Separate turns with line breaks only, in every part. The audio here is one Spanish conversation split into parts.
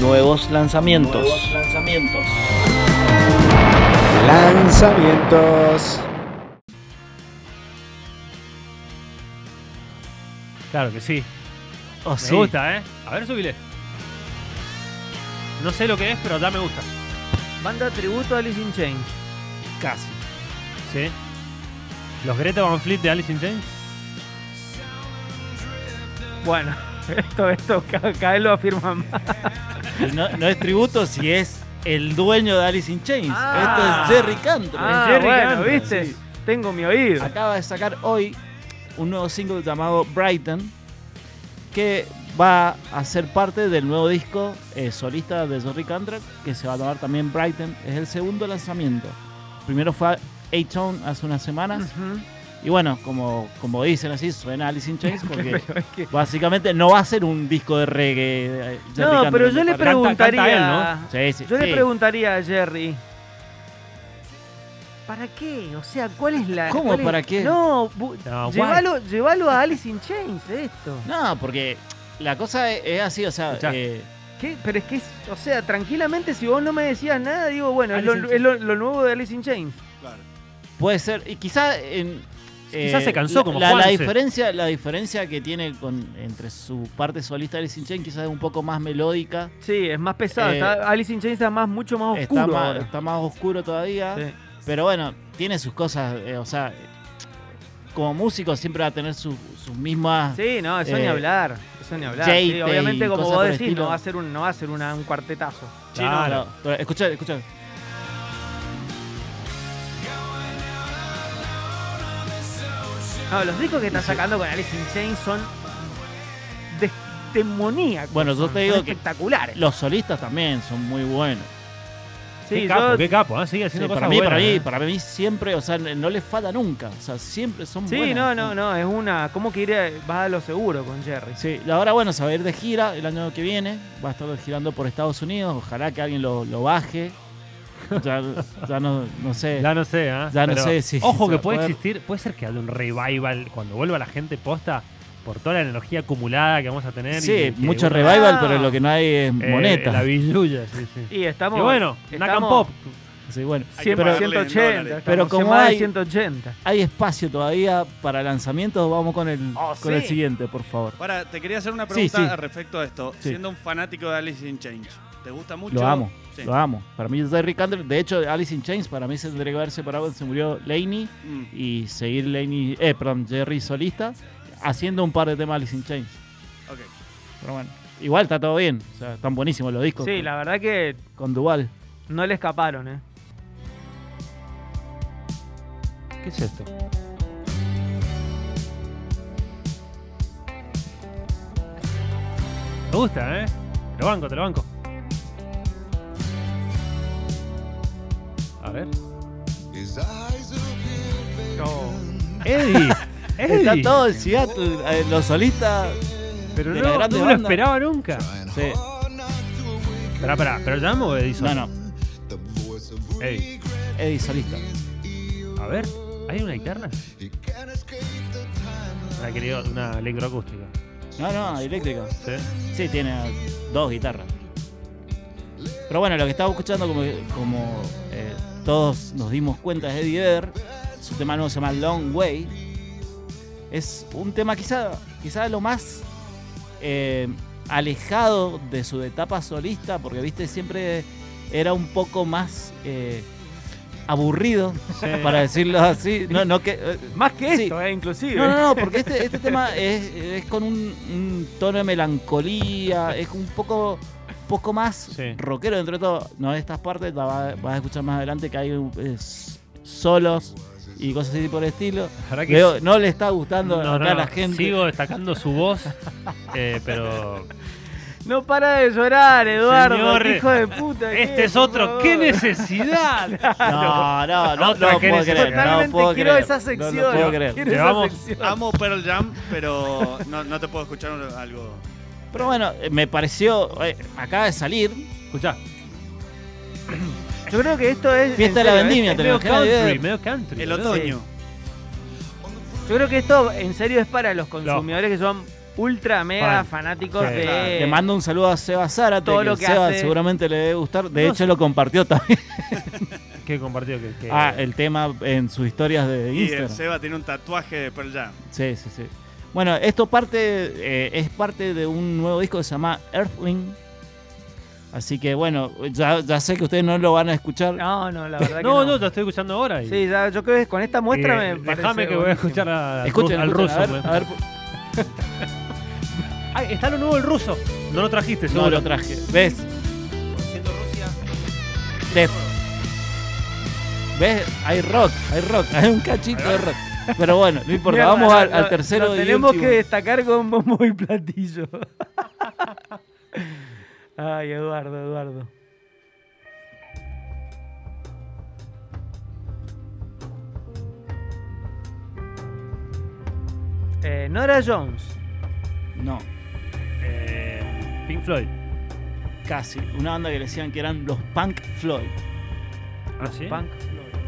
Nuevos lanzamientos.
Nuevos lanzamientos.
Lanzamientos.
Claro que sí.
Oh,
Me
sí.
gusta, ¿eh? A ver, subile. No sé lo que es, pero da me gusta.
Banda tributo a Alice in Chains.
Casi. ¿Sí? ¿Los Greta Van Fleet de Alice in Chains?
Bueno, esto, esto, ca- cada vez lo afirman más.
Y No, no es tributo si es el dueño de Alice in Chains.
Ah.
Esto es Jerry Cantrell.
Ah,
Jerry
bueno,
Cantrell,
¿viste? Tengo mi oído.
Acaba de sacar hoy un nuevo single llamado Brighton que va a ser parte del nuevo disco eh, solista de Jerry Cantrell que se va a llamar también Brighton. Es el segundo lanzamiento. Primero fue A-Town hace unas semanas.
Ujú.
Y bueno, como, como dicen así, suena Alice in Chains porque
Pero es que-
básicamente no va a ser un disco de reggae. eh, Jerry
No,
Cantrell,
pero
me
yo le
parece.
preguntaría.
canta
Sí, sí,
Yo
sí.
le preguntaría a Jerry. ¿Para qué? O sea, ¿cuál es la.
¿Cómo
cuál es-
para qué?
No, bu-
No, guay.
llévalo, llévalo a Alice in Chains, esto.
No, porque la cosa es, es así, o sea,
Escuchá.
eh,
¿Qué? Pero es que, es- o sea, tranquilamente, si vos no me decías nada, digo, bueno, es,
Alice
lo,
in
es lo- lo nuevo de Alice in Chains.
puede ser, y quizá en... eh,
Quizás se cansó
la-
como
la, la
Juanse.
diferencia La diferencia que tiene con, entre su parte solista de Alice in Chains quizás es un poco más melódica.
Sí, es más pesado.
Eh,
está- Alice in Chains está más, mucho más oscuro.
está, más,
ahora.
está más oscuro todavía.
Sí.
Pero bueno, tiene sus cosas, eh, o sea, como músico siempre va a tener su- sus mismas...
Sí, no, eso ni
Eh,
hablar. Eso ni hablar.
Jade
sí,
y
obviamente, como
cosas
vos
por el
decís,
estilo.
no va a ser un, no va a ser una- un cuartetazo.
Sí, no,
Claro.
pero- escuchá, escuchá.
No, los discos que están sacando con Alice in Chains son des- demoníacos.
Bueno, yo
son,
te digo
son
que-
espectaculares.
Los solistas también son muy buenos.
qué
Sí,
capo,
yo-
qué capo. ¿eh? Sigue
Sí,
haciendo
para,
cosas
mí,
buenas.
para, mí,
¿eh?
para mí siempre, o sea, no les falta nunca. O sea, siempre son
sí,
buenas.
no, no, no, es una, ¿cómo que ir a, vas a lo seguro con Jerry?
Sí, y ahora bueno, se va a ir de gira el año que viene, va a estar girando por Estados Unidos, ojalá que alguien lo, lo baje. Ya, ya no, no sé.
Ya no sé, ¿eh?
Ya no
Pero
sé si
Ojo
se
que
va a
puede
poder.
existir, puede ser que haya un revival cuando vuelva la gente posta por toda la energía acumulada que vamos a tener. y
sí,
que,
mucho
bueno,
revival,
Ah.
pero lo que no hay es
eh,
moneta.
La billulla, sí, sí.
Y estamos.
Y bueno, Nakan
estamos
Pop.
Sí, bueno.
cien-
Hay que pagarle en
180,
dólares.
Pero
estamos
como
en más de
hay-
180.
Hay espacio todavía para lanzamientos, vamos con el,
Oh,
con
sí.
el siguiente, por favor.
Para, te quería hacer una
Sí,
pregunta
sí.
al respecto a esto.
Sí.
Siendo un fanático de Alice in Chains, ¿te gusta mucho?
Lo amo,
Sí.
lo amo. Para mí es Derrick Andrew, de hecho Alice in Chains, para mí se debería haber separado, cuando se murió Laney
Mm.
y seguir Laney, eh, perdón, Jerry solista, haciendo un par de temas de Alice in Chains.
Ok.
Pero bueno, igual está todo bien. O sea, están buenísimos los discos
Sí,
con,
la verdad que
con Duval.
no le escaparon, ¿eh?
¿Qué es esto? Me gusta, ¿eh? Te lo banco, te lo banco. A ver. Eddie. Eddie.
Está todo el Seattle, eh, los solistas.
Pero
de
no,
las
no
grandes
lo
bandas.
esperaba nunca.
Sí.
Pará, pará, pero llamo o Edison.
No, no,
Eddie.
Eddie solista.
A ver, ¿hay una guitarra? Una, querido, una electroacústica.
No, no, eléctrica.
¿Sí?
Sí, tiene dos guitarras. Pero bueno, lo que estaba escuchando, como, como eh, todos nos dimos cuenta, es Eddie Vedder. Su tema nuevo se llama Long Way. Es un tema quizá, quizá lo más eh, alejado de su etapa solista, porque viste, siempre era un poco más eh, aburrido, para decirlo así. No, no que, eh,
Más que
Sí.
esto, ¿eh? Inclusive.
no, no, no, porque este, este tema es, es con un, un tono de melancolía, es un poco, poco más
Sí.
rockero dentro de todo. No, estas partes la va- vas a escuchar más adelante que hay eh, solos y cosas así por el estilo.
La verdad que
Veo, no le está gustando
No,
acá a
no,
la gente.
Sigo destacando su voz, eh, pero.
No para de llorar, Eduardo.
Señor,
hijo de puta. ¿qué?
Este es
Por
otro.
favor.
¡Qué necesidad!
No, no, no,
Otra
no
que
puedo
necesito.
creer.
Totalmente
No puedo
quiero
creer.
esa
No
sección.
lo puedo creer.
Quiero
Llevamos-
esa sección.
Amo Pearl Jam, pero no, no te puedo escuchar algo.
Pero bueno, eh, me pareció, eh, acaba de salir,
Escuchá,
Yo creo que esto es.
Fiesta
en
de la
serio,
vendimia,
es
te
medio
lo
country,
imaginas.
medio country.
El
boludo.
otoño.
Yo creo que esto en serio es para los consumidores que son ultra mega
Fan.
fanáticos
Sí.
de.
Te mando un saludo a Seba Zárate,
Todo
que,
lo que
Seba
hace-
seguramente le debe gustar. De
No
hecho, lo compartió también.
¿Qué compartido? que que-
Ah, el tema en sus historias de
Y el
Instagram.
Seba tiene un tatuaje de Pearl Jam.
Sí, sí, sí. Bueno, esto parte eh, es parte de un nuevo disco que se llama Earthling. Así que bueno, ya, ya sé que ustedes no lo van a escuchar.
No, no, la verdad que
no,
no.
no, lo estoy escuchando ahora. y-
Sí, ya, yo creo que con esta muestra
Eh,
me parece
Déjame que voy a
buenísimo.
escuchar a-
escuchen,
al
escuchen,
ruso. pues.
a ver,
me-
a ver,
Ay, está lo nuevo el ruso. No lo trajiste,
no
seguro.
lo traje. ¿Ves? Te- ¿Ves? Hay rock, hay rock, hay un cachito de rock. Pero bueno, no importa,
Mierda,
vamos al,
lo-
al tercero
lo
y
Tenemos
último.
que destacar con bombo y platillo. Ay, Eduardo, Eduardo. Eh, Nora Jones.
No,
Eh, Pink Floyd.
casi. Una banda que le decían que eran los Punk Floyd.
¿Ah, sí?
Punk Floyd.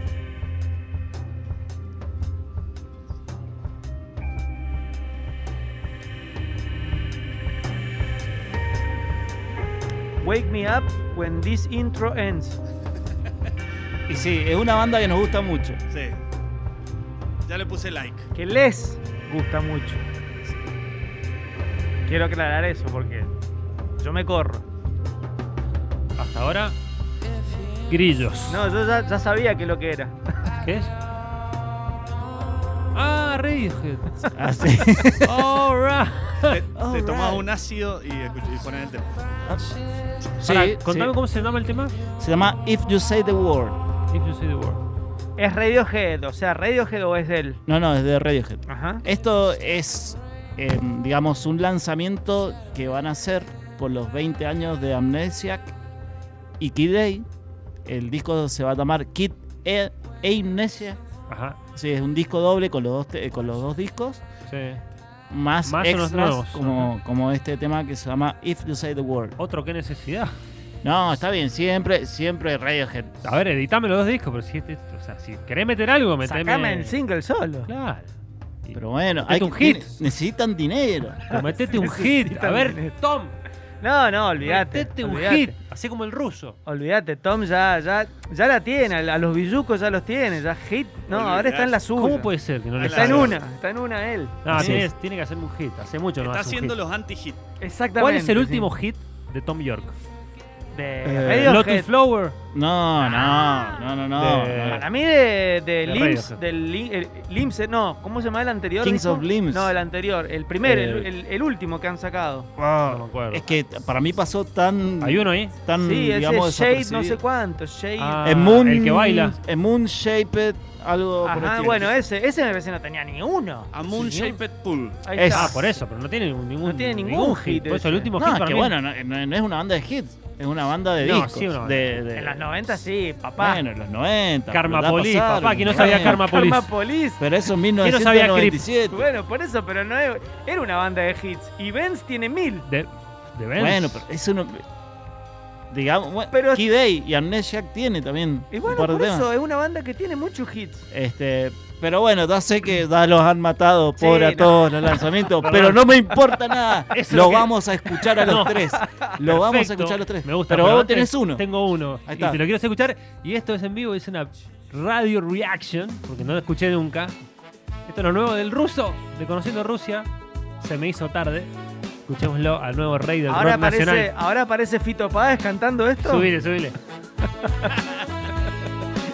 Wake me up when this intro ends.
Y sí, es una banda que nos gusta mucho.
Sí. Ya le puse like.
Que les gusta mucho. Quiero aclarar eso porque yo me corro.
Hasta ahora, Grillos.
No, yo ya, ya sabía que lo que era.
¿Qué es? Ah, Radiohead.
Así.
All right.
Te, te
Oh,
Alright.
tomás un ácido y, escuch- y pones el tema.
Sí,
Pará, contame
sí.
cómo se llama el tema.
Se llama If You Say the Word.
If You See the World.
Es Radiohead, o sea, Radiohead o es él.
No, no, es de Radiohead.
Ajá.
Esto es, eh, digamos, un lanzamiento que van a hacer por los 20 años de Amnesiac y Kid Day. El disco se va a llamar Kid e Amnesia.
Ajá.
Sí, es un disco doble con los dos, te- con los dos discos.
Sí.
Más,
Más unos
extras,
nuevos.
como, como este tema que se llama If You Say the Word.
Otro, qué necesidad.
No, está bien, siempre, siempre Radiohead.
A ver, editame los dos discos, pero si, este, o sea, si querés meter algo, meteme.
Sacame el single solo.
Claro.
Pero bueno,
Metete
que-
un hit.
necesitan dinero.
Pero metete un
Sí,
hit. A
también
ver,
es.
Tom,
No, no, olvídate.
metete un
olvídate.
hit. Así como el ruso.
Olvídate, Tom ya, ya, ya la tiene, a a los billucos ya los tiene, ya hit. No,
Olvidate.
ahora está en la suya.
¿Cómo puede ser que no le
Está
Está en
salga?
una, está en una él.
No,
Sí.
tiene, tiene que hacerme un hit. Hace mucho no
Está
hace un
haciendo
hit.
los anti-hit.
Exactamente.
¿Cuál es el
sí.
último hit de Tom York?
De
Eh,
Radiohead.
Lotus Flower.
No, no, no, no, no.
De-
no.
Para mí de, de
De
Limps,
Radiohead.
del Lim- el- Limps, eh, no, ¿cómo se llama el anterior?
Kings
dijo?
of Limbs.
No, el anterior, el primero, el,
Eh.
el- el último que han sacado.
No me acuerdo.
Es que para mí pasó tan.
Hay uno ahí.
Tan,
Sí, ese
digamos,
Shade, no sé
desapercibido.
cuánto, Shade.
Ah,
En Moon,
el que baila.
En Moon Shaped, algo por el
este
Ajá,
estilo.
bueno, ese, ese me parece no tenía ni uno.
A Moon
Sí, ni
Shaped Pool.
Ahí
Es-
está.
Ah, por eso, pero no tiene ningún,
No tiene ningún hit
Por eso el
ese.
último hit
No, es
para
que
mí-
bueno, no, no- no es una banda de hits, es una banda de
No,
discos.
sí, una banda.
de, de-
En los 90 sí, papá.
Bueno, en los 90.
Karma
pero la
Police,
pasaron,
papá, que no
eh.
sabía Karma Police.
Karma Police.
Pero eso es
Que no sabía Creep.
1997.
Bueno, por eso, pero no es- era una banda de hits. Y Benz tiene mil.
De, de Benz.
Bueno, pero eso no. Digamos, bueno,
Pero-
Key Day y Amnesiac tiene también
Y
un
bueno,
par de
por
temas.
eso es una banda que tiene muchos hits.
Este, pero bueno, ya sé que ya los han matado por a
no.
todos los lanzamientos,
Perdón.
pero no me importa nada.
Eso es
lo
lo que-
vamos a escuchar a los
No.
tres. Lo vamos a
Perfecto,
escuchar a los tres.
Me gusta.
pero, vos
antes
tenés uno.
Tengo uno.
Ahí
y
está.
te lo quiero hacer escuchar. Y esto es en vivo, es una radio reaction, porque no lo escuché nunca. Esto es lo nuevo del ruso, de Conociendo Rusia. Se me hizo tarde. Escuchémoslo al nuevo rey del
Ahora
rock
aparece,
nacional.
ahora aparece Fito Páez cantando esto.
Subile, subile.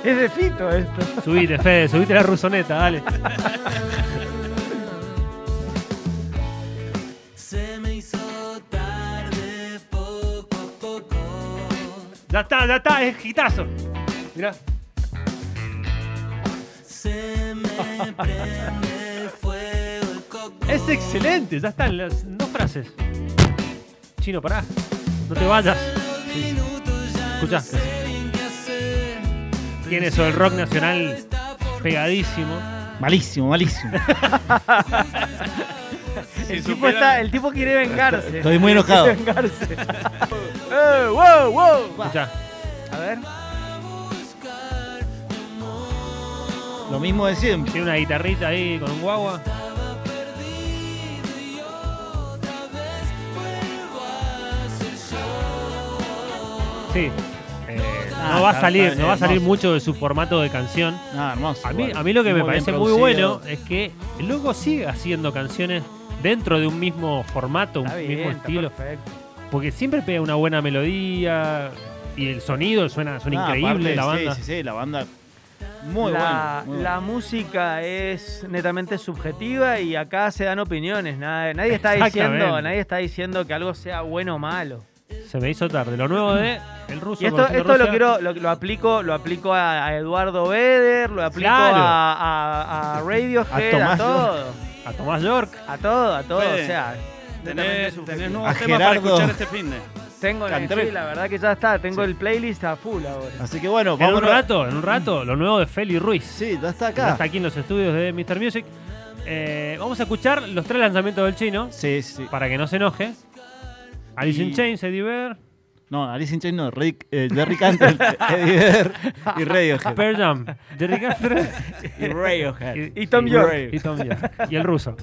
Es de Fito esto.
Subite, Fede, subite la rusoneta, dale.
Se me hizo tarde poco a poco.
Ya está, ya está, es gitazo. Mirá.
Se me prende fuego el coco.
Es excelente, ya están las dos frases. Chino, pará. No te vayas. Escuchá. Tiene eso el rock nacional pegadísimo.
Malísimo, malísimo.
El,
Si
tipo
supieran-
está, el tipo quiere vengarse.
Estoy muy enojado.
Quiere vengarse. eh, wow, wow.
Escuchá.
A ver.
Lo mismo de siempre.
Tiene una guitarrita ahí con un guagua. Sí. Eh,
Ah,
no va a
está-
salir,
está
no va a salir
hermoso.
mucho de su formato de canción.
Nada, hermoso.
A mí,
igual.
a mí lo que me
bien
parece muy
producido. Ah,
bueno es que el loco sigue haciendo canciones dentro de un mismo formato, un
Está bien,
mismo
está
estilo.
perfecto.
Porque siempre pega una buena melodía y el sonido suena, suena
Ah,
increíble
aparte,
la banda.
Sí, sí, sí, la banda. Muy buena. muy
la, la
buena.
música es netamente subjetiva y acá se dan opiniones. Nadie, nadie está diciendo,
Exactamente.
nadie está diciendo que algo sea bueno o malo.
Se me hizo tarde. Lo nuevo de El Ruso.
Y esto,
Conociendo
esto lo
Rusia.
quiero, lo, lo aplico, lo aplico a, a Eduardo Beder, lo aplico
Claro.
a, a, a Radiohead,
A
a,
Tomás
todo,
A Tomás York.
a todo, a todo,
Fede,
o sea. netamente
Tenés, tenés
subjetivo.
nuevos
A
temas para
Gerardo.
escuchar este fin de.
Tengo la,
Cantrell.
sí, la verdad que ya está, tengo el playlist a full ahora.
Así que bueno,
En
vamos
un rato, en un rato, lo nuevo de Feli Ruiz.
Sí, ya está
Que
acá.
ya Está aquí en los estudios de Mr. Music. Eh, vamos a escuchar los tres lanzamientos del chino
Sí, sí.
para que no se enoje. Alice in
Y-
Chains, Eddie Bear,
No, Alice in Chains no, Rick, eh, Jerry Cantrell, Eddie Vedder y Radiohead.
Pearl Jam, Jerry Cantrell
y Radiohead.
Y Tom York.
y Tom York. Y el ruso.